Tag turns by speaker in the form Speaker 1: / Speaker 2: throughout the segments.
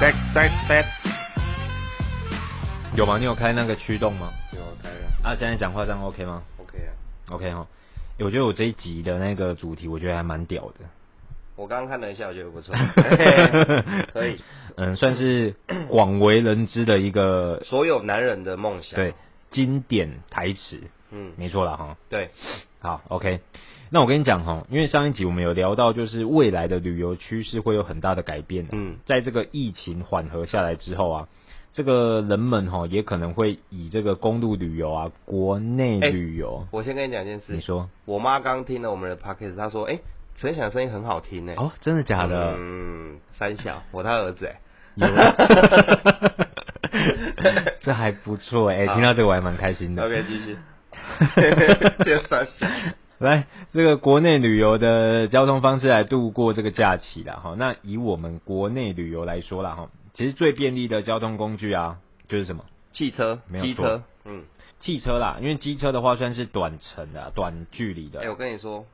Speaker 1: 在在在，
Speaker 2: 有吗？你有开那个驱动吗？
Speaker 1: 有开了
Speaker 2: 啊，现在讲话这样 OK 吗
Speaker 1: ，OK 啊。
Speaker 2: ？OK 哈、欸我觉得我这一集的那个主题，我觉得还蛮屌的。
Speaker 1: 我刚刚看了一下，我觉得 不错，嘿嘿可以。
Speaker 2: 嗯，算是广为人知的一个
Speaker 1: 所有男人的梦想，
Speaker 2: 对，经典台词，
Speaker 1: 嗯，
Speaker 2: 没错啦哈。
Speaker 1: 对，
Speaker 2: 好，OK。那我跟你讲哈，因为上一集我们有聊到，就是未来的旅游趋势会有很大的改变、嗯，
Speaker 1: 嗯，
Speaker 2: 在这个疫情缓和下来之后啊，这个人们哈也可能会以这个公路旅游啊、国内
Speaker 1: 哎
Speaker 2: 旅游，
Speaker 1: 我先跟你讲一件事，
Speaker 2: 你说
Speaker 1: 我妈刚听了我们的 podcast，她说，哎、陈翔声音很好听呢、
Speaker 2: 哦，真的假的？
Speaker 1: 嗯，三小，我他儿子哎、
Speaker 2: 有，啊 这还不错哎、
Speaker 1: 好
Speaker 2: 听到这个我还蛮开心的。
Speaker 1: OK，继 续。这三小，
Speaker 2: 来，这个国内旅游的交通方式来度过这个假期啦，哈。那以我们国内旅游来说啦，哈，其实最便利的交通工具啊，就是什么？
Speaker 1: 汽车
Speaker 2: 没，有
Speaker 1: 机
Speaker 2: 错
Speaker 1: 车，嗯，
Speaker 2: 汽车啦，因为机车的话算是短程的啊、短距离
Speaker 1: 哎、
Speaker 2: 的。
Speaker 1: 我跟你说，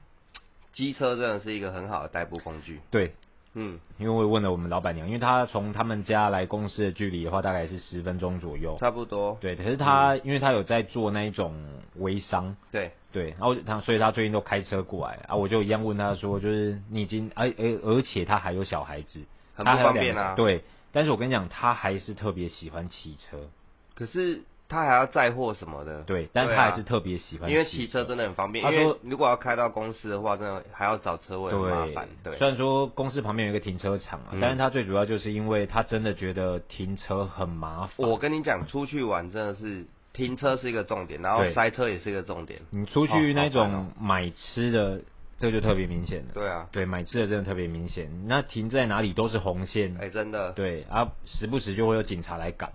Speaker 1: 机车真的是一个很好的代步工具，
Speaker 2: 对，
Speaker 1: 嗯，
Speaker 2: 因为我也问了我们老板娘，因为她从他们家来公司的距离的话，大概是十分钟左右。
Speaker 1: 差不多，
Speaker 2: 对，可是她、因为她有在做那一种微商，
Speaker 1: 对，
Speaker 2: 对，然后他所以他最近都开车过来啊，我就一样问他说，就是你已经，而、而而且他还有小孩子，
Speaker 1: 很
Speaker 2: 他
Speaker 1: 不
Speaker 2: 还有
Speaker 1: 方
Speaker 2: 两个
Speaker 1: 便啊。
Speaker 2: 对，但是我跟你讲，他还是特别喜欢骑车，
Speaker 1: 可是他还要载货什么的，
Speaker 2: 对，但
Speaker 1: 对
Speaker 2: 他
Speaker 1: 啊
Speaker 2: 还是特别喜欢，
Speaker 1: 因为骑车真的很方便。
Speaker 2: 他
Speaker 1: 因
Speaker 2: 说
Speaker 1: 为如果要开到公司的话，真的还要找车位，很麻烦。
Speaker 2: 对，
Speaker 1: 对，
Speaker 2: 虽然说公司旁边有一个停车场啊，
Speaker 1: 嗯
Speaker 2: 但是他最主要就是因为他真的觉得停车很麻烦。
Speaker 1: 我跟你讲，出去玩真的是停车是一个重点，然后
Speaker 2: 对
Speaker 1: 塞车也是一个重点。
Speaker 2: 你出
Speaker 1: 哦
Speaker 2: 去
Speaker 1: 好
Speaker 2: 那
Speaker 1: 烦
Speaker 2: 种
Speaker 1: 哦
Speaker 2: 买吃的，这个就特别明显了。
Speaker 1: 对啊，
Speaker 2: 对，买吃的真的特别明显，那停在哪里都是红线，
Speaker 1: 哎，真的，
Speaker 2: 对啊，时不时就会有警察来赶，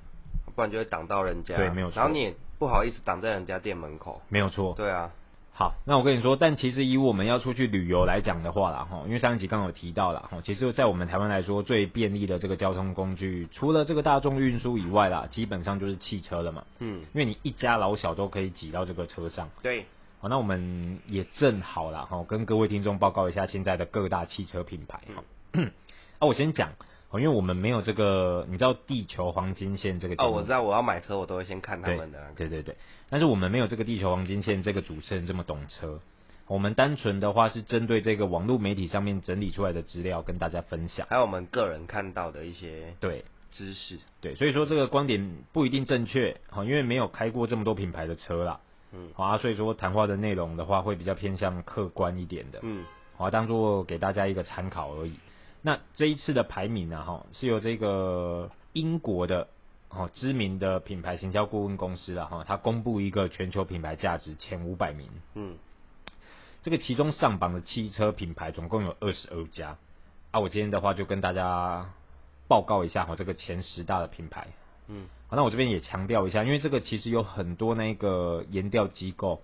Speaker 1: 不然就会挡到人家。
Speaker 2: 对没有错哦
Speaker 1: 然后你也不好意思挡在人家店门口。
Speaker 2: 没有错。
Speaker 1: 对啊，
Speaker 2: 好，那我跟你说，但其实以我们要出去旅游来讲的话啦，哈，因为上一集刚好有提到啦，哈，其实，在我们台湾来说，最便利的这个交通工具，除了这个大众运输以外啦，基本上就是汽车了嘛，
Speaker 1: 嗯，
Speaker 2: 因为你一家老小都可以挤到这个车上。
Speaker 1: 对，
Speaker 2: 好，那我们也正好啦，哈，跟各位听众报告一下现在的各大汽车品牌。哈、 啊，我先讲，哦，因为我们没有这个，你知道地球黄金线这个节目
Speaker 1: 哦，我知道，我要买车，我都会先看他
Speaker 2: 对
Speaker 1: 们的那个。
Speaker 2: 对对对，但是我们没有这个地球黄金线这个主持人这么懂车，我们单纯的话是针对这个网络媒体上面整理出来的资料跟大家分享。
Speaker 1: 还有我们个人看到的一些
Speaker 2: 对
Speaker 1: 知识，
Speaker 2: 对，所以说这个观点不一定正确，好，因为没有开过这么多品牌的车啦，
Speaker 1: 嗯
Speaker 2: 好啊，所以说谈话的内容的话会比较偏向客观一点的，
Speaker 1: 嗯，
Speaker 2: 好啊，当做给大家一个参考而已。那这一次的排名啊，哈，是由这个英国的哦知名的品牌行销顾问公司啊，哈，它公布一个全球品牌价值前五百名，
Speaker 1: 嗯，
Speaker 2: 这个其中上榜的汽车品牌总共有二十二家啊。我今天的话就跟大家报告一下哈，这个前十大的品牌。
Speaker 1: 嗯，
Speaker 2: 好，那我这边也强调一下，因为这个其实有很多那个研调机构，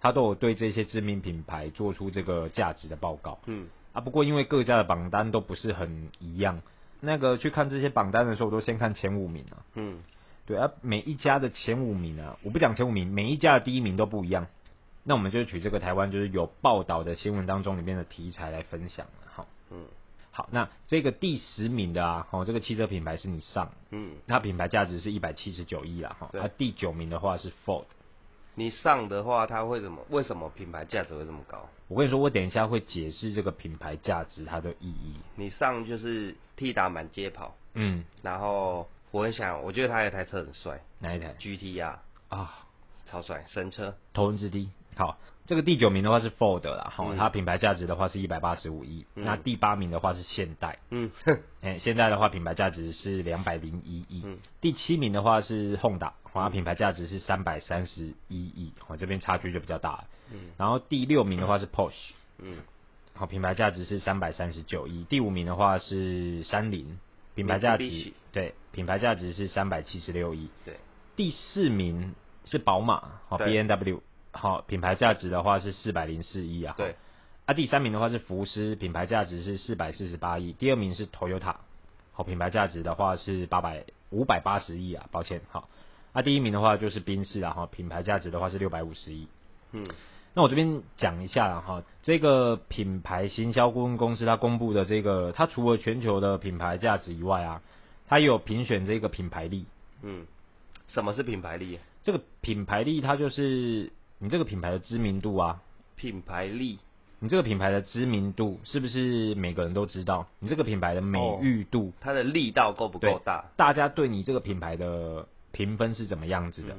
Speaker 2: 它都有对这些知名品牌做出这个价值的报告。
Speaker 1: 嗯，
Speaker 2: 啊，不过因为各家的榜单都不是很一样，那个去看这些榜单的时候，我都先看前五名啊。
Speaker 1: 嗯，
Speaker 2: 对啊，每一家的前五名啊，我不讲前五名，每一家的第一名都不一样。那我们就取这个台湾就是有报道的新闻当中里面的题材来分享了哈。
Speaker 1: 嗯，
Speaker 2: 好，那这个第十名的啊，哦，这个汽车品牌是你上，
Speaker 1: 嗯，
Speaker 2: 它品牌价值是一百七十九亿啦哈。
Speaker 1: 对
Speaker 2: 啊，第九名的话是 Ford，
Speaker 1: 你上的话，它会怎么？为什么品牌价值会这么高？
Speaker 2: 我跟你说，我等一下会解释这个品牌价值它的意义。
Speaker 1: 你上就是替打满街跑，
Speaker 2: 嗯，
Speaker 1: 然后我很想，我觉得他有一台车很帅
Speaker 2: 哪一台
Speaker 1: ，GTR
Speaker 2: 啊？
Speaker 1: 超帅，神车。
Speaker 2: 头文字 D。好，这个第九名的话是 Ford 啦，好、
Speaker 1: 嗯
Speaker 2: 它品牌价值的话是一百八十五亿。
Speaker 1: 嗯
Speaker 2: 那第八名的话是现代，
Speaker 1: 嗯，
Speaker 2: 哎、现代的话品牌价值是两百零一亿。
Speaker 1: 嗯
Speaker 2: 第七名的话是 Honda，好它品牌价值是三百三十一亿，好、这边差距就比较大了。
Speaker 1: 嗯
Speaker 2: 然后第六名的话是 Porsche，
Speaker 1: 嗯，
Speaker 2: 好、品牌价值是三百三十九亿。第五名的话是三菱，品牌价值
Speaker 1: Mitsubishi
Speaker 2: 对，品牌价值是三百七十六亿。
Speaker 1: 对，
Speaker 2: 第四名是宝马，好 B
Speaker 1: 对
Speaker 2: N W，好品牌价值的话是四百零四亿啊。
Speaker 1: 对，
Speaker 2: 啊，第三名的话是福斯，品牌价值是四百四十八亿。第二名是 Toyota，好品牌价值的话是八百五百八十亿啊，抱歉，好。啊，第一名的话就是宾士啊，哈，品牌价值的话是六百五十亿。
Speaker 1: 嗯
Speaker 2: 那我这边讲一下啦哈，这个品牌行销顾问公司它公布的这个，它除了全球的品牌价值以外啊，它有评选这个品牌力。
Speaker 1: 嗯，什么是品牌力？
Speaker 2: 这个品牌力它就是你这个品牌的知名度啊，
Speaker 1: 品牌力
Speaker 2: 你这个品牌的知名度是不是每个人都知道？你这个品牌的美誉度，
Speaker 1: 它的力道够不够大？
Speaker 2: 大家对你这个品牌的评分是怎么样子的？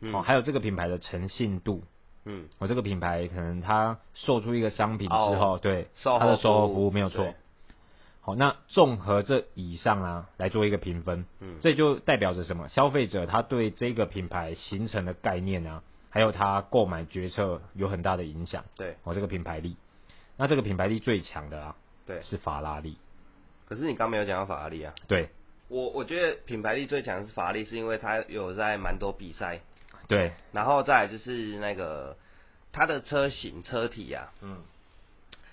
Speaker 1: 嗯
Speaker 2: 哦，还有这个品牌的诚信度，
Speaker 1: 嗯，
Speaker 2: 哦我、这个品牌可能它售出一个商品之后，对
Speaker 1: 哦售
Speaker 2: 它
Speaker 1: 后
Speaker 2: 的售后
Speaker 1: 服
Speaker 2: 服务没有错
Speaker 1: 对。
Speaker 2: 好，那综合这以上啊，来做一个评分，
Speaker 1: 嗯
Speaker 2: 这就代表着什么？消费者他对这个品牌形成的概念啊，还有他购买决策有很大的影响。
Speaker 1: 对
Speaker 2: 哦，这个品牌力，那这个品牌力最强的啊，
Speaker 1: 对。
Speaker 2: 是法拉利。
Speaker 1: 可是你刚没有讲到法拉利啊，
Speaker 2: 对
Speaker 1: 我我觉得品牌力最强是法拉利，是因为它有在蛮多比赛，
Speaker 2: 对，
Speaker 1: 然后再来就是那个它的车型车体啊，
Speaker 2: 嗯，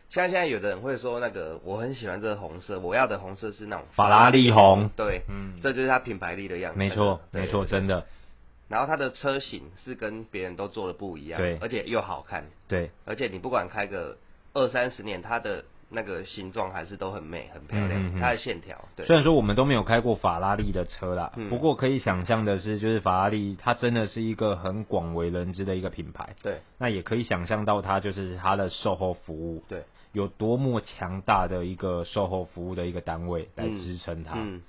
Speaker 1: 像现在有的人会说那个我很喜欢这个红色，我要的红色是那种
Speaker 2: 法拉利红，
Speaker 1: 对，
Speaker 2: 嗯，
Speaker 1: 这就是它品牌力的样子。啊
Speaker 2: 没错
Speaker 1: 对
Speaker 2: 没错，真的
Speaker 1: 然后它的车型是跟别人都做的不一样，
Speaker 2: 对
Speaker 1: 而且又好看，
Speaker 2: 对，
Speaker 1: 而且你不管开个二三十年，它的那个形状还是都很美很漂亮，
Speaker 2: 嗯嗯嗯
Speaker 1: 它的线条，对，
Speaker 2: 虽然说我们都没有开过法拉利的车啦，
Speaker 1: 嗯
Speaker 2: 不过可以想象的是，就是法拉利它真的是一个很广为人知的一个品牌。
Speaker 1: 对，
Speaker 2: 那也可以想象到它就是它的售后服务，
Speaker 1: 对，
Speaker 2: 有多么强大的一个售后服务的一个单位来
Speaker 1: 嗯
Speaker 2: 支撑它。
Speaker 1: 嗯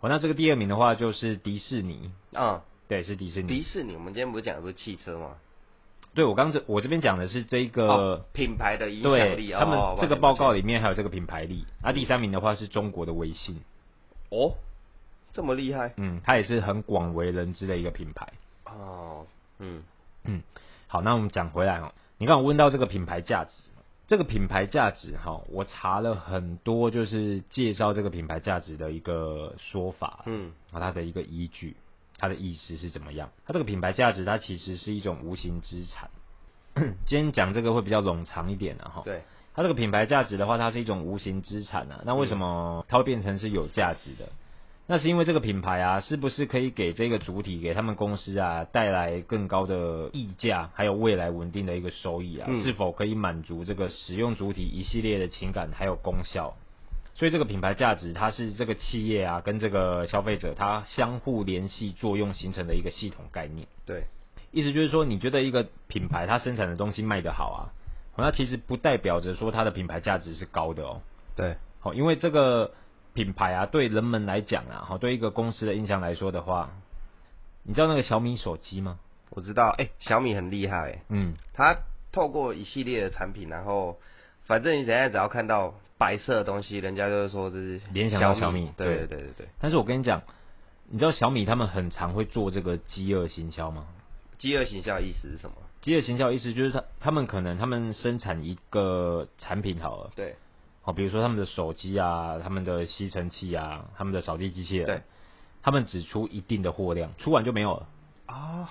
Speaker 2: 哦，那这个第二名的话就是迪士尼，
Speaker 1: 嗯，
Speaker 2: 对，是迪士尼。
Speaker 1: 迪士尼，我们今天不是讲的不是汽车吗？
Speaker 2: 对我刚这我这边讲的是这个、
Speaker 1: 哦，品牌的影响力，
Speaker 2: 对，
Speaker 1: 哦
Speaker 2: 他们这个报告，
Speaker 1: 哦
Speaker 2: 里面还有这个品牌力。
Speaker 1: 嗯
Speaker 2: 那、第三名的话是中国的微信，
Speaker 1: 抱歉抱歉哦，这么厉害
Speaker 2: 嗯，它也是很广为人知的一个品牌。
Speaker 1: 哦，嗯
Speaker 2: 好，那我们讲回来哦，你刚刚问到这个品牌价值，这个品牌价值哈、我查了很多，就是介绍这个品牌价值的一个说法，
Speaker 1: 嗯
Speaker 2: 啊，它的一个依据，它的意思是怎么样？它这个品牌价值，它其实是一种无形资产。 今天讲这个会比较冗长一点啊，哈。
Speaker 1: 对，
Speaker 2: 它这个品牌价值的话，它是一种无形资产啊。那为什么它会变成是有价值的？那是因为这个品牌啊，是不是可以给这个主体、给他们公司啊，带来更高的溢价，还有未来稳定的一个收益啊？
Speaker 1: 嗯
Speaker 2: 是否可以满足这个使用主体一系列的情感还有功效？所以这个品牌价值，它是这个企业啊跟这个消费者它相互联系作用形成的一个系统概念。
Speaker 1: 对，
Speaker 2: 意思就是说，你觉得一个品牌它生产的东西卖得好啊，哦那其实不代表着说它的品牌价值是高的哦。
Speaker 1: 对，
Speaker 2: 好，因为这个品牌啊，对人们来讲啊，好，对一个公司的印象来说的话，你知道那个小米手机吗？
Speaker 1: 我知道，哎、小米很厉害、哎
Speaker 2: 嗯，
Speaker 1: 它透过一系列的产品，然后反正你现在只要看到白色的东西，人家就会说这是
Speaker 2: 联想到
Speaker 1: 小
Speaker 2: 小米
Speaker 1: 对对对对对，
Speaker 2: 但是我跟你讲，你知道小米他们很常会做这个饥饿行销吗？
Speaker 1: 饥饿形象的意思是什么？
Speaker 2: 饥饿行销的意思就是他他们可能他们生产一个产品好了，
Speaker 1: 对
Speaker 2: 好，比如说他们的手机啊，他们的吸尘器啊，他们的扫地机器人，
Speaker 1: 对，
Speaker 2: 他们只出一定的货量，出完就没有了。
Speaker 1: 哦，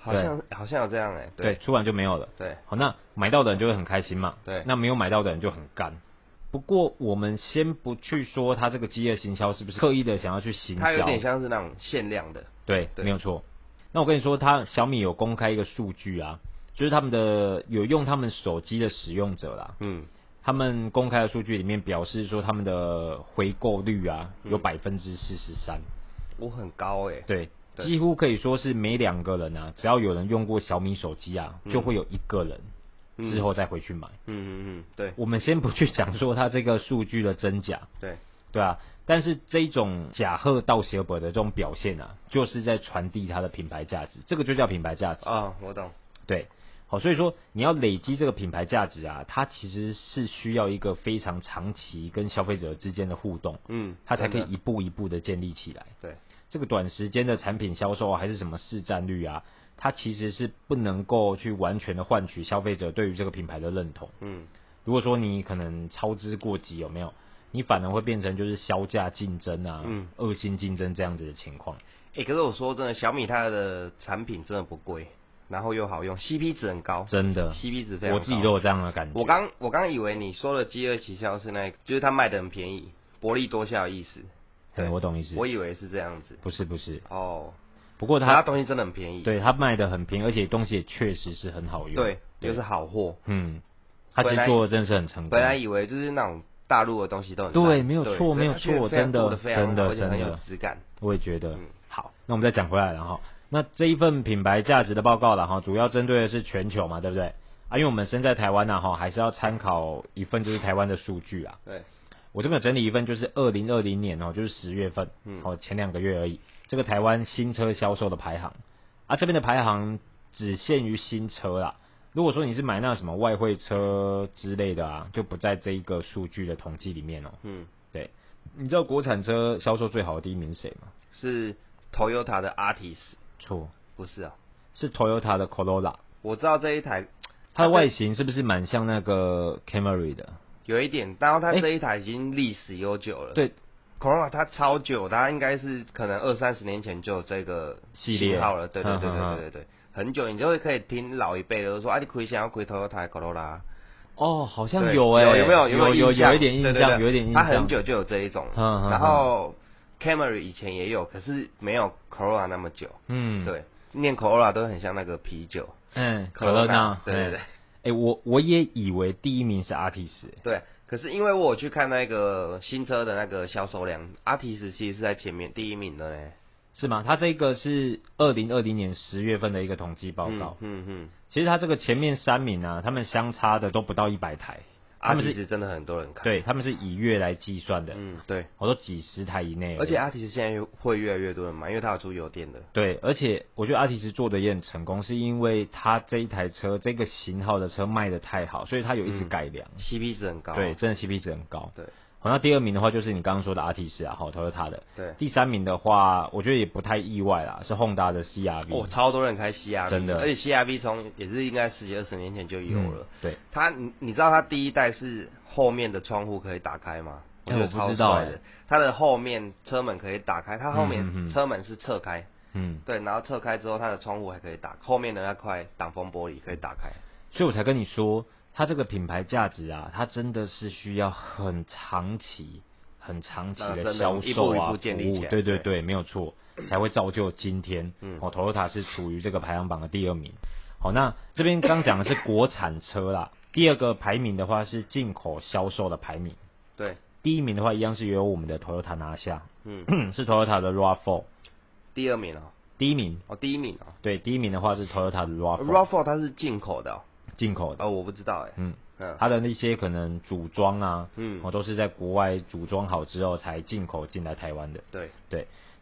Speaker 1: 好像好像有这样哎、
Speaker 2: 对，
Speaker 1: 对
Speaker 2: 出完就没有了。
Speaker 1: 对
Speaker 2: 好，那买到的人就会很开心嘛。
Speaker 1: 对
Speaker 2: 那没有买到的人就很干。不过我们先不去说他这个饥饿行销是不是刻意的想要去行
Speaker 1: 它有
Speaker 2: 销，
Speaker 1: 点像是那种限量的，
Speaker 2: 对，
Speaker 1: 对
Speaker 2: 没有错。那我跟你说，他小米有公开一个数据啊，就是他们的有用他们手机的使用者啦，
Speaker 1: 嗯
Speaker 2: 他们公开的数据里面表示说他们的回购率啊
Speaker 1: 嗯
Speaker 2: 有百分之四十三，
Speaker 1: 我很高哎、
Speaker 2: 对，
Speaker 1: 对
Speaker 2: 几乎可以说是每两个人啊，只要有人用过小米手机啊，就会有一个人
Speaker 1: 嗯
Speaker 2: 之后再回去买。
Speaker 1: 嗯嗯嗯，对
Speaker 2: 我们先不去讲说它这个数据的真假，
Speaker 1: 对，
Speaker 2: 对啊，但是这种假贺道邪伯的这种表现啊，就是在传递它的品牌价值，这个就叫品牌价值。
Speaker 1: 啊、我懂，
Speaker 2: 对，好，所以说你要累积这个品牌价值啊，它其实是需要一个非常长期跟消费者之间的互动，
Speaker 1: 嗯，
Speaker 2: 它才可以
Speaker 1: 真的
Speaker 2: 一步一步的建立起来。
Speaker 1: 对，
Speaker 2: 这个短时间的产品销售啊，还是什么市占率啊，它其实是不能够去完全的换取消费者对于这个品牌的认同。
Speaker 1: 嗯
Speaker 2: 如果说你可能操之过急，有没有？你反而会变成就是销价竞争啊，
Speaker 1: 嗯，
Speaker 2: 恶性竞争这样子的情况。
Speaker 1: 哎、可是我说真的，小米它的产品真的不贵，然后又好用，CP 值很高
Speaker 2: 真的，
Speaker 1: ，CP 值非常
Speaker 2: 我
Speaker 1: 高。
Speaker 2: 自己都有这样的感觉。
Speaker 1: 我刚我刚以为你说的饥饿奇效是那个，就是它卖的很便宜，薄利多销的意思。
Speaker 2: 对，我懂意思。
Speaker 1: 我以为是这样子。
Speaker 2: 不是不是，
Speaker 1: 哦，
Speaker 2: 不过
Speaker 1: 它
Speaker 2: 它
Speaker 1: 东西真的很便宜。
Speaker 2: 对它卖的很平，而且东西也确实是很好用。
Speaker 1: 对，就是好货。
Speaker 2: 嗯，它其
Speaker 1: 本
Speaker 2: 实
Speaker 1: 来
Speaker 2: 做的真的是很成功。
Speaker 1: 本来以为就是那种大陆的东西都很烂
Speaker 2: 对没有错
Speaker 1: 所以
Speaker 2: 没有
Speaker 1: 它确实
Speaker 2: 错
Speaker 1: 非常
Speaker 2: 真的
Speaker 1: 做得非常
Speaker 2: 真的
Speaker 1: 好而且很
Speaker 2: 真的
Speaker 1: 有质感。
Speaker 2: 我也觉得。
Speaker 1: 嗯
Speaker 2: 好，那我们再讲回来了哈。那这一份品牌价值的报告了哈，主要针对的是全球嘛，对不对？啊，因为我们身在台湾呢哈，还是要参考一份就是台湾的数据啊。
Speaker 1: 对，
Speaker 2: 我这边有整理一份，就是二零二零年哦，就是十月份，
Speaker 1: 嗯
Speaker 2: 哦，前两个月而已。这个台湾新车销售的排行啊，这边的排行只限于新车啦。如果说你是买那什么外汇车之类的啊，就不在这一个数据的统计里面哦。
Speaker 1: 嗯，
Speaker 2: 你知道国产车销售最好的第一名是谁吗？
Speaker 1: 是 Toyota 的 Artis，
Speaker 2: 错，
Speaker 1: 不是啊？
Speaker 2: 是 Toyota 的 Corolla，
Speaker 1: 我知道这一台
Speaker 2: 它的外形是不是蛮像那个 Camry 的？
Speaker 1: 有一点，然后它
Speaker 2: 哎
Speaker 1: 这一台已经历史悠久了。
Speaker 2: 对
Speaker 1: c o r o l a 它超久，它应该是可能二三十年前就有这个
Speaker 2: 系列
Speaker 1: 型号了。对对对
Speaker 2: 嗯嗯嗯
Speaker 1: 对对对，很久，你就会可以听老一辈的说啊，你亏想要亏 Toyota Corolla，啊
Speaker 2: 哦，好像
Speaker 1: 对
Speaker 2: 有哎、
Speaker 1: 有有没有
Speaker 2: 有
Speaker 1: 没
Speaker 2: 有
Speaker 1: 印象
Speaker 2: 一点印
Speaker 1: 对对
Speaker 2: 象，
Speaker 1: 对
Speaker 2: 有一点印象。
Speaker 1: 它很久就有这一种了，
Speaker 2: 嗯嗯嗯
Speaker 1: 然后 Camry 以前也有，可是没有 Corolla 那么久。
Speaker 2: 嗯，
Speaker 1: 对，念 Corolla 都很像那个啤酒
Speaker 2: 嗯，可乐呢？
Speaker 1: 对对对。
Speaker 2: 哎、我我也以为第一名是阿提斯，
Speaker 1: 对，可是因为我有去看那个新车的那个销售量，阿提斯其实是在前面第一名的嘞。
Speaker 2: 是吗？它这个是二零二零年十月份的一个统计报告。
Speaker 1: 嗯嗯嗯，
Speaker 2: 其实它这个前面三名啊，他们相差的都不到一百台，他
Speaker 1: 阿
Speaker 2: 们
Speaker 1: 提
Speaker 2: 是
Speaker 1: 斯真的很多人看。，
Speaker 2: 对，他们是以月来计算的，
Speaker 1: 嗯对，
Speaker 2: 我都几十台以内已。
Speaker 1: 而且阿提斯现在会越来越多人买，因为它有出油电的。
Speaker 2: 对，而且我觉得阿提斯做的也很成功，是因为它这一台车这个型号的车卖的太好，所以它有一直
Speaker 1: 嗯
Speaker 2: 改良。
Speaker 1: CP 值很高，啊
Speaker 2: 对，真的 CP 值很高。
Speaker 1: 对
Speaker 2: 好，那第二名的话就是你刚刚说的阿提斯啊，好，Toyota 的。
Speaker 1: 对，
Speaker 2: 第三名的话，我觉得也不太意外啦，是 Honda 的 CRV。
Speaker 1: 哦，超多人开 CRV，
Speaker 2: 嗯真的
Speaker 1: 而且 CRV 从也是应该十几二十年前就有
Speaker 2: 嗯
Speaker 1: 了。。
Speaker 2: 对，
Speaker 1: 它你你知道它第一代是后面的窗户可以打开吗？
Speaker 2: 哎
Speaker 1: 觉得
Speaker 2: 我不
Speaker 1: 超
Speaker 2: 知道
Speaker 1: 帅的
Speaker 2: 哎，
Speaker 1: 它的后面车门可以打开，它后
Speaker 2: 嗯嗯
Speaker 1: 面
Speaker 2: 嗯
Speaker 1: 车门是侧开，
Speaker 2: 嗯，
Speaker 1: 对，然后侧开之后，它的窗户还可以打，后面的那块挡风玻璃可以打开。
Speaker 2: 所以我才跟你说，它这个品牌价值啊，它真的是需要很长期、很长期
Speaker 1: 那
Speaker 2: 的
Speaker 1: 真的
Speaker 2: 销
Speaker 1: 一
Speaker 2: 售
Speaker 1: 步一
Speaker 2: 啊，
Speaker 1: 步建立
Speaker 2: 服务
Speaker 1: 起来
Speaker 2: 对对
Speaker 1: 对
Speaker 2: 对，没有错，才会造就今天。
Speaker 1: 嗯
Speaker 2: 哦，Toyota 是处于这个排行榜的第二名。好，那这边刚讲的是国产车啦，第二个排名的话是进口销售的排名，
Speaker 1: 对，
Speaker 2: 第一名的话一样是由我们的 Toyota 拿下，
Speaker 1: 嗯，
Speaker 2: 是 Toyota 的 RAV4。
Speaker 1: 第二名哦，
Speaker 2: 第一名，
Speaker 1: 哦，第一名哦
Speaker 2: 对，第一名的话是 Toyota 的
Speaker 1: r a
Speaker 2: RAV4
Speaker 1: f o 它是进口的哦，
Speaker 2: 进口的，
Speaker 1: 哦，我不知道哎，
Speaker 2: 嗯，
Speaker 1: 嗯
Speaker 2: 它的那些可能组装啊，我、
Speaker 1: 嗯，
Speaker 2: 都是在国外组装好之后才进口进来台湾的。
Speaker 1: 对，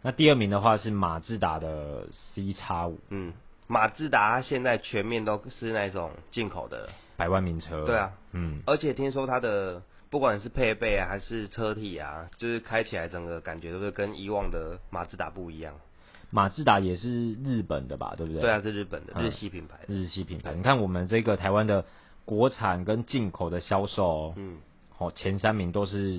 Speaker 2: 那第二名的话是马自达的 C 叉五
Speaker 1: 嗯，马自达它现在全面都是那种进口的了，
Speaker 2: 百万名车，
Speaker 1: 对啊，
Speaker 2: 嗯，
Speaker 1: 而且听说它的不管是配备啊还是车体啊，就是开起来整个感觉都是跟以往的马自达不一样。
Speaker 2: 马自达也是日本的吧，对不对？
Speaker 1: 对啊，是日本的
Speaker 2: 嗯
Speaker 1: 日系品牌的，
Speaker 2: 日系品牌。
Speaker 1: 对
Speaker 2: 你看我们这个台湾的国产跟进口的销售哦，
Speaker 1: 嗯，
Speaker 2: 哦，前三名都是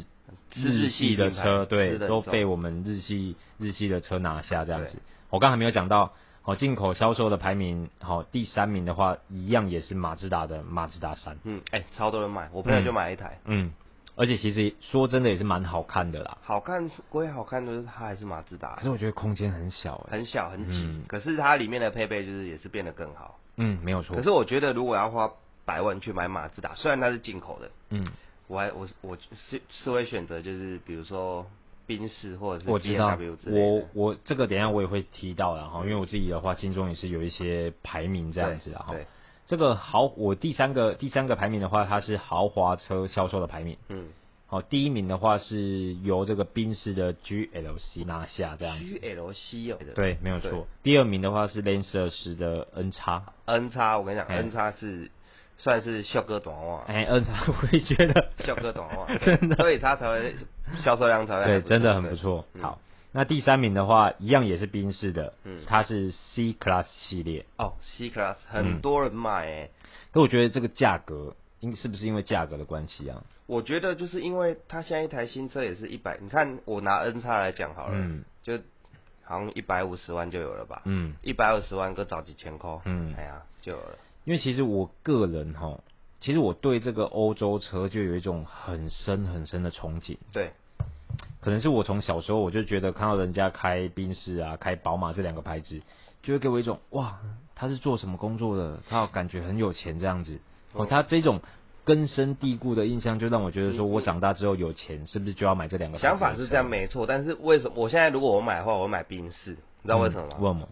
Speaker 1: 是日
Speaker 2: 系
Speaker 1: 系
Speaker 2: 的
Speaker 1: 品牌
Speaker 2: 车，对，
Speaker 1: 是的
Speaker 2: 都
Speaker 1: 很重
Speaker 2: 被我们日系日系的车拿下这样子
Speaker 1: 对。
Speaker 2: 我刚才没有讲到，哦，进口销售的排名，好、第三名的话，一样也是马自达的马自达三，
Speaker 1: 嗯，哎、超多人买，我朋友就买了一台，
Speaker 2: 嗯，而且其实说真的也是蛮好看的啦，
Speaker 1: 好看归好看，就是它还是马自达
Speaker 2: 可，是我觉得空间很小、欸，
Speaker 1: 很小很挤，
Speaker 2: 嗯
Speaker 1: 可是它里面的配备就是也是变得更好。
Speaker 2: 嗯，没有错
Speaker 1: 可，是我觉得如果要花百万去买马自达，虽然它是进口的，
Speaker 2: 嗯，
Speaker 1: 我还我我是是会选择就是比如说宾士或者是
Speaker 2: 我知道
Speaker 1: BMW，之类
Speaker 2: 我
Speaker 1: 的。
Speaker 2: 我这个等一下我也会提到啦，哈，因为我自己的话心中也是有一些排名这样子啊，哈，
Speaker 1: 对，
Speaker 2: 这个豪，我第三个第三个排名的话，它是豪华车销售的排名。
Speaker 1: 嗯
Speaker 2: 好，第一名的话是由这个宾士的 GLC 拿下，这样子。
Speaker 1: ，GLC 哦，
Speaker 2: 对，没有
Speaker 1: 对
Speaker 2: 错。第二名的话是 Lancer 十的 N 叉，
Speaker 1: N 叉，我跟你讲
Speaker 2: 哎
Speaker 1: ，N 叉是算是秀哥短袜，
Speaker 2: 哎，N 叉 我也觉得，
Speaker 1: 秀哥短 袜，
Speaker 2: 真的
Speaker 1: 所以它才会销售量才会还
Speaker 2: 对，
Speaker 1: 不错
Speaker 2: 真的很不。错。
Speaker 1: 嗯
Speaker 2: 好，那第三名的话一样也是宾士的
Speaker 1: 嗯，
Speaker 2: 它是 C Class 系列。
Speaker 1: 哦，C Class
Speaker 2: 嗯
Speaker 1: 很多人买欸诶、
Speaker 2: 可我觉得这个价格，因是不是因为价格的关系啊？
Speaker 1: 我觉得就是因为它现在一台新车也是一百，你看我拿 N 叉来讲好了，
Speaker 2: 嗯
Speaker 1: 就好像一百五十万就有了吧，
Speaker 2: 嗯，
Speaker 1: 一百二十万搁找几千块，
Speaker 2: 嗯
Speaker 1: 哎呀就有了，
Speaker 2: 因为其实我个人哈，其实我对这个欧洲车就有一种很深很深的憧憬，
Speaker 1: 对，
Speaker 2: 可能是我从小时候我就觉得看到人家开宾士啊、开宝马这两个牌子，就会给我一种哇，他是做什么工作的？他感觉很有钱这样子。哦，
Speaker 1: 哦
Speaker 2: 他这种根深蒂固的印象，就让我觉得说
Speaker 1: 嗯
Speaker 2: 我长大之后有钱，是不是就要买这两个牌子的
Speaker 1: 想法
Speaker 2: 车？
Speaker 1: 是这样没错，但是为什么我现在如果我买的话，我会买宾士，你知道为什么吗？
Speaker 2: 嗯问我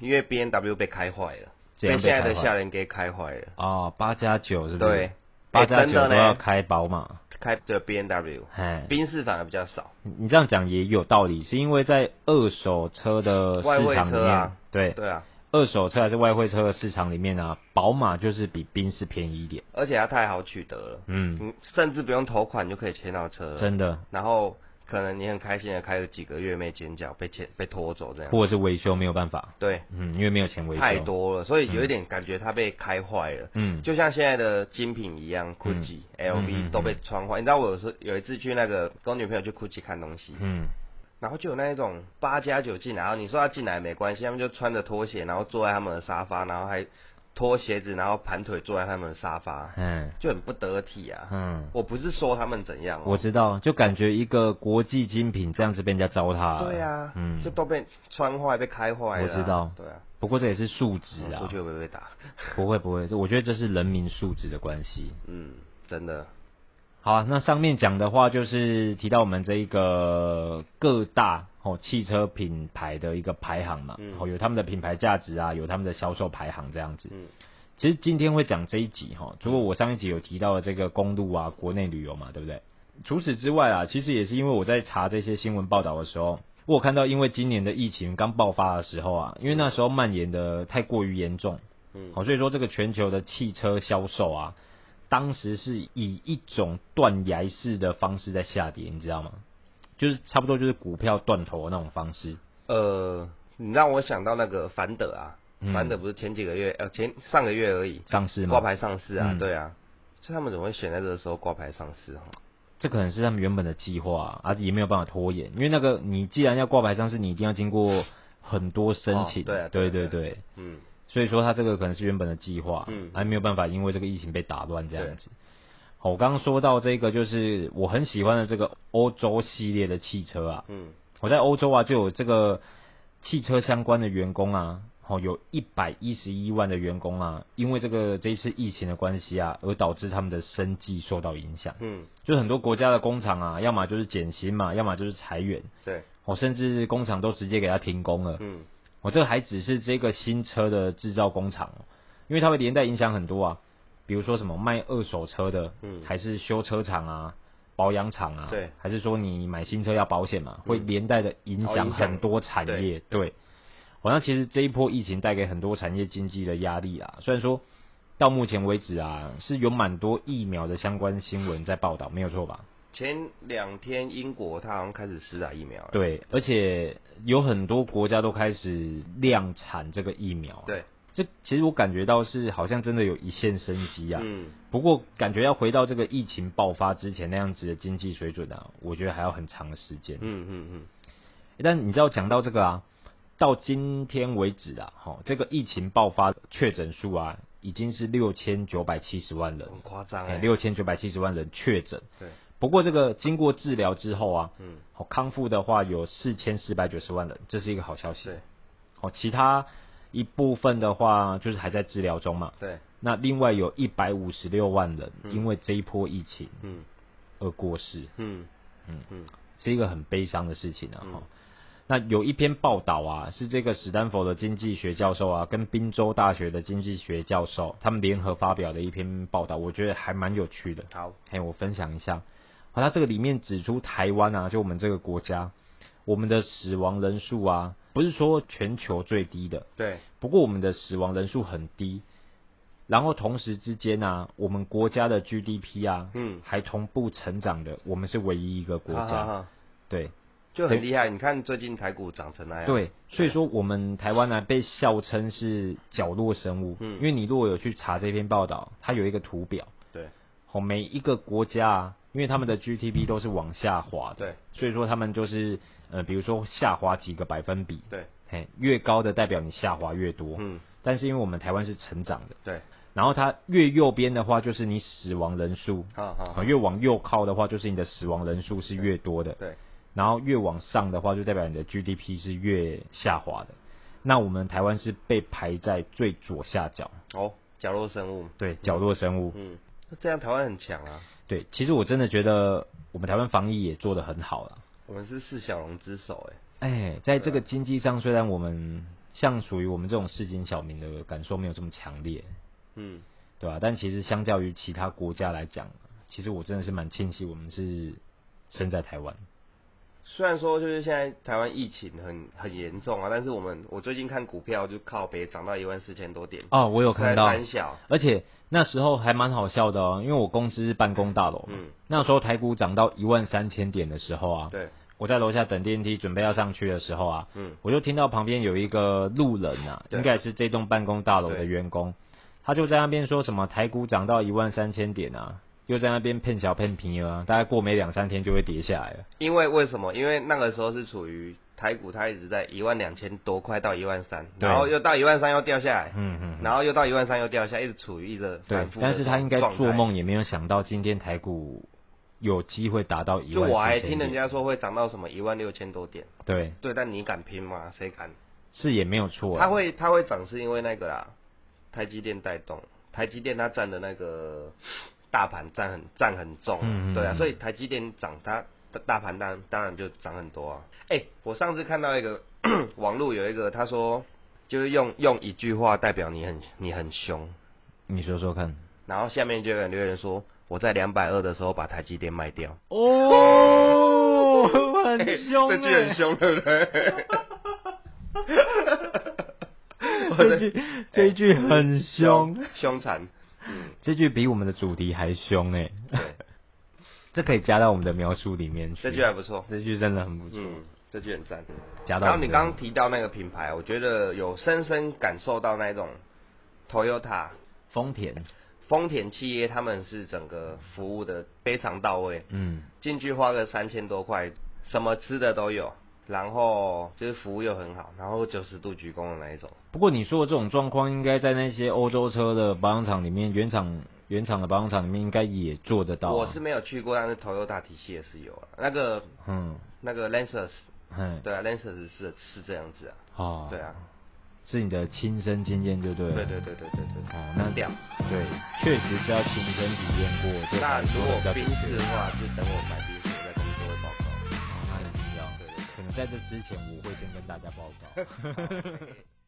Speaker 1: 因为 B N W 被开坏了，
Speaker 2: 怎样被
Speaker 1: 现在的
Speaker 2: 开坏
Speaker 1: 夏人给开坏了。
Speaker 2: 哦，八加九是不是？
Speaker 1: 对，，
Speaker 2: 八
Speaker 1: 哎
Speaker 2: 加
Speaker 1: 真
Speaker 2: 九
Speaker 1: 的
Speaker 2: 都要
Speaker 1: 呢，
Speaker 2: 开宝马。
Speaker 1: 开这 B N W，
Speaker 2: 哎，
Speaker 1: 宾士反而比较少。
Speaker 2: 你你这样讲也有道理，是因为在二手车的
Speaker 1: 外
Speaker 2: 市
Speaker 1: 汇
Speaker 2: 场里
Speaker 1: 车
Speaker 2: 面，
Speaker 1: 啊
Speaker 2: 对
Speaker 1: 对啊，
Speaker 2: 二手车还是外汇车的市场里面啊，宝马就是比宾士便宜一点。
Speaker 1: 而且它太好取得了，
Speaker 2: 嗯，
Speaker 1: 你甚至不用头款就可以签到车了。
Speaker 2: 真的，
Speaker 1: 然后可能你很开心的开了几个月没剪脚，被签被拖走这样。
Speaker 2: 或者是维修没有办法，
Speaker 1: 对，
Speaker 2: 嗯，因为没有钱维修。
Speaker 1: 太多了，所以有一点感觉它被开坏了。
Speaker 2: 嗯，
Speaker 1: 就像现在的精品一样，GUCCI、
Speaker 2: 嗯嗯嗯
Speaker 1: LV 都被穿坏。你知道我有时候有一次去那个跟我女朋友去 GUCCI 看东西，
Speaker 2: 嗯，
Speaker 1: 然后就有那一种八加九进来，然后你说他进来没关系，他们就穿着拖鞋，然后坐在他们的沙发，然后还脱鞋子，然后盘腿坐在他们的沙发，
Speaker 2: 嗯，
Speaker 1: 就很不得体啊。
Speaker 2: 嗯，
Speaker 1: 我不是说他们怎样、
Speaker 2: 我
Speaker 1: 哦，
Speaker 2: 知道，就感觉一个国际精品这样子被人家糟蹋。
Speaker 1: 对啊，
Speaker 2: 嗯
Speaker 1: 就，都被穿坏、被开坏了啊、
Speaker 2: 我知道
Speaker 1: 对啊，
Speaker 2: 不过这也是素质
Speaker 1: 嗯
Speaker 2: 啊
Speaker 1: 出，去会不会被打？
Speaker 2: 不会不会，我觉得这是人民素质的关系。
Speaker 1: 嗯，真的，
Speaker 2: 好、啊，那上面讲的话就是提到我们这一个各大哦汽车品牌的一个排行嘛，
Speaker 1: 嗯
Speaker 2: 哦有他们的品牌价值啊，有他们的销售排行这样子。
Speaker 1: 嗯
Speaker 2: 其实今天会讲这一集哈，除了我上一集有提到的这个公路啊，国内旅游嘛，对不对？除此之外啊，其实也是因为我在查这些新闻报道的时候，我有看到因为今年的疫情刚爆发的时候啊，因为那时候蔓延的太过于严重，
Speaker 1: 嗯，
Speaker 2: 好，所以说这个全球的汽车销售啊，当时是以一种断崖式的方式在下跌，你知道吗？就是差不多就是股票断头的那种方式。
Speaker 1: 呃，你让我想到那个凡德啊，
Speaker 2: 嗯
Speaker 1: 凡德不是前几个月，呃，前上个月而已
Speaker 2: 上市
Speaker 1: 挂
Speaker 2: 嘛，
Speaker 1: 牌上市啊，
Speaker 2: 嗯
Speaker 1: 对啊，所以他们怎么会选在这个时候挂牌上市哈？
Speaker 2: 这可能是他们原本的计划啊，啊也没有办法拖延，因为那个你既然要挂牌上市，你一定要经过很多申请，
Speaker 1: 哦对啊对
Speaker 2: 对
Speaker 1: 啊对啊
Speaker 2: 对对，
Speaker 1: 嗯
Speaker 2: 所以说他这个可能是原本的计划，啊
Speaker 1: 嗯
Speaker 2: 还没有办法因为这个疫情被打乱这样子。好，我刚刚说到这个，就是我很喜欢的这个欧洲系列的汽车啊，
Speaker 1: 嗯，
Speaker 2: 我在欧洲啊就有这个汽车相关的员工啊，哦，有一百一十一万的员工啊，因为这个这一次疫情的关系啊，而导致他们的生计受到影响。
Speaker 1: 嗯，
Speaker 2: 就很多国家的工厂啊，要么就是减薪嘛，要么就是裁员，
Speaker 1: 对，
Speaker 2: 哦，甚至工厂都直接给它停工了。
Speaker 1: 嗯
Speaker 2: 哦，这还只是这个新车的制造工厂哦，因为它会连带影响很多啊，比如说什么卖二手车的，
Speaker 1: 嗯，
Speaker 2: 还是修车厂啊、保养厂啊，
Speaker 1: 对，
Speaker 2: 还是说你买新车要保险嘛，会
Speaker 1: 嗯
Speaker 2: 连带的影
Speaker 1: 哦
Speaker 2: 响
Speaker 1: 影响
Speaker 2: 很多产业，对。好、像其实这一波疫情带给很多产业经济的压力啊，虽然说到目前为止啊，是有蛮多疫苗的相关新闻在报道，没有错吧？
Speaker 1: 前两天英国它好像开始施打疫苗了，
Speaker 2: 对，而且有很多国家都开始量产这个疫苗、啊。
Speaker 1: 对，
Speaker 2: 这其实我感觉到是好像真的有一线生机啊。
Speaker 1: 嗯，
Speaker 2: 不过感觉要回到这个疫情爆发之前那样子的经济水准啊，我觉得还要很长的时间。
Speaker 1: 嗯嗯
Speaker 2: 但你知道讲到这个啊，到今天为止啊，哈，这个疫情爆发确诊数啊，已经是六千九百七十万人
Speaker 1: 嗯，，很夸张
Speaker 2: 哎，
Speaker 1: 哎，
Speaker 2: 六千九百七十万人确诊。
Speaker 1: 对，
Speaker 2: 不过这个经过治疗之后啊，
Speaker 1: 嗯，
Speaker 2: 好康复的话有四千四百九十万人，这是一个好消息
Speaker 1: 对。
Speaker 2: 好，其他一部分的话就是还在治疗中嘛。
Speaker 1: 对，
Speaker 2: 那另外有一百五十六万人
Speaker 1: 嗯
Speaker 2: 因为这一波疫情
Speaker 1: 嗯
Speaker 2: 而过世，
Speaker 1: 嗯
Speaker 2: 嗯
Speaker 1: 嗯
Speaker 2: 是一个很悲伤的事情啊。
Speaker 1: 嗯
Speaker 2: 哈那有一篇报道啊，是这个史丹佛的经济学教授啊，跟宾州大学的经济学教授他们联合发表的一篇报道，我觉得还蛮有趣的。
Speaker 1: 好，
Speaker 2: 嘿，我分享一下。好，他这个里面指出台湾啊，就我们这个国家，我们的死亡人数啊，不是说全球最低的，
Speaker 1: 对，
Speaker 2: 不过我们的死亡人数很低，然后同时之间啊，我们国家的 GDP 啊，
Speaker 1: 嗯，啊
Speaker 2: 还同步成长的，我们是唯一一个国家。
Speaker 1: 好好好，
Speaker 2: 对
Speaker 1: 就很厉害。你看最近台股涨成那样，，
Speaker 2: 对，所以说我们台湾呢、啊被笑称是角落生物，
Speaker 1: 嗯
Speaker 2: 因为你如果有去查这篇报道，它有一个图表，
Speaker 1: 对
Speaker 2: 哦，每一个国家啊，因为他们的 GDP 都是往下滑的，
Speaker 1: 对
Speaker 2: 所以说他们就是呃，比如说下滑几个百分比，
Speaker 1: 对，
Speaker 2: 嘿，越高的代表你下滑越多，
Speaker 1: 嗯
Speaker 2: 但是因为我们台湾是成长的。
Speaker 1: 对，
Speaker 2: 然后它越右边的话，就是你死亡人数；
Speaker 1: 好好
Speaker 2: 啊，
Speaker 1: 好，
Speaker 2: 越往右靠的话，就是你的死亡人数是越多的。
Speaker 1: 对，
Speaker 2: 然后越往上的话，就代表你的 GDP 是越下滑的。那我们台湾是被排在最左下角，
Speaker 1: 哦，角落生物，
Speaker 2: 对，角落生物。
Speaker 1: 嗯这样台湾很强啊，
Speaker 2: 对，其实我真的觉得我们台湾防疫也做得很好了。
Speaker 1: 我们是四小龙之首哎、
Speaker 2: 哎，在这个经济上，虽然我们像属于我们这种市井小民的感受没有这么强烈，
Speaker 1: 嗯，
Speaker 2: 对吧、但其实相较于其他国家来讲，其实我真的是蛮庆幸我们是身在台湾。
Speaker 1: 虽然说就是现在台湾疫情很很严重啊，但是我们我最近看股票就靠北涨到一万四千多点，
Speaker 2: 哦，我有看到，
Speaker 1: 三小，
Speaker 2: 而且那时候还蛮好笑的哦，因为我公司是办公大楼，
Speaker 1: 嗯，
Speaker 2: 那时候台股涨到一万三千点的时候啊，
Speaker 1: 对，
Speaker 2: 我在楼下等电梯准备要上去的时候啊，
Speaker 1: 嗯，
Speaker 2: 我就听到旁边有一个路人啊，
Speaker 1: 对
Speaker 2: 应该也是这栋办公大楼的员工，他就在那边说什么台股涨到一万三千点啊，又在那边骗小骗平啊，大概过没两三天就会跌下来了。
Speaker 1: 因为为什么？因为那个时候是处于台股它一直在一万两千多块到一万三，
Speaker 2: 对
Speaker 1: 然后又到一万三又掉下来，
Speaker 2: 嗯嗯嗯，
Speaker 1: 然后又到一万三又掉下来，一直处于一个
Speaker 2: 对
Speaker 1: 反，复的
Speaker 2: 但是他应该
Speaker 1: 状态
Speaker 2: 做。梦也没有想到今天台股有机会达到一
Speaker 1: 就
Speaker 2: 万
Speaker 1: 我还
Speaker 2: 四千
Speaker 1: 听人
Speaker 2: 点，
Speaker 1: 家说会涨到什么一万六千多点，
Speaker 2: 对，
Speaker 1: 对，但你敢拼吗？谁敢？
Speaker 2: 是也没有错啊。
Speaker 1: 它会它会涨是因为那个啦，台积电带动，台积电它占的那个大盘占很占很重啊，
Speaker 2: 嗯嗯
Speaker 1: 对啊，
Speaker 2: 嗯
Speaker 1: 所以台积电涨，它大大盘当然当然就涨很多啊。哎、我上次看到一个 网络有一个，他说就是用用一句话代表你很你很凶，
Speaker 2: 你说说看。
Speaker 1: 然后下面就有人留言说我在两百二的时候把台积电卖掉，
Speaker 2: 哦， 很凶、
Speaker 1: 哎这
Speaker 2: 欸，
Speaker 1: 句很凶，对不 对？
Speaker 2: 哎 这句这一句很凶，
Speaker 1: 哎凶残，嗯，
Speaker 2: 这句比我们的主题还凶哎、
Speaker 1: 对，
Speaker 2: 这可以加到我们的描述里面去。
Speaker 1: 这句还不错，
Speaker 2: 这句真的很不错，
Speaker 1: 嗯，这句很赞。
Speaker 2: 加到
Speaker 1: 然
Speaker 2: 我
Speaker 1: 后
Speaker 2: 们
Speaker 1: 你
Speaker 2: 的
Speaker 1: 刚刚提到那个品牌，我觉得有深深感受到那一种 Toyota
Speaker 2: 丰田，
Speaker 1: 丰田企业，他们是整个服务的非常到位，
Speaker 2: 嗯，
Speaker 1: 进去花个三千多块，什么吃的都有，然后就是服务又很好，然后九十度鞠躬的那一种。
Speaker 2: 不过你说的这种状况，应该在那些欧洲车的保养厂里面，原厂原厂的保养厂里面应该也做得到啊、
Speaker 1: 我是没有去过，但是 Toyota 体系也是有啊，那个
Speaker 2: 嗯，
Speaker 1: 那个 Lancers，
Speaker 2: 嗯，
Speaker 1: 对啊，Lancers 是是这样子啊，
Speaker 2: 哦，
Speaker 1: 对，啊，
Speaker 2: 是你的亲身经验就对
Speaker 1: 对
Speaker 2: 了，
Speaker 1: 对对对对对，
Speaker 2: 哦，那
Speaker 1: 很屌。
Speaker 2: 对，确实是要亲身体验过，这
Speaker 1: 那
Speaker 2: 才
Speaker 1: 如
Speaker 2: 说
Speaker 1: 果
Speaker 2: 得比较
Speaker 1: 冰
Speaker 2: 准
Speaker 1: 室
Speaker 2: 确
Speaker 1: 的话，就等我买冰室我再跟各位报告。
Speaker 2: 哦，那一定要。
Speaker 1: 对对对
Speaker 2: 可能在这之前，我会先跟大家报
Speaker 1: 好
Speaker 2: 告。
Speaker 1: OK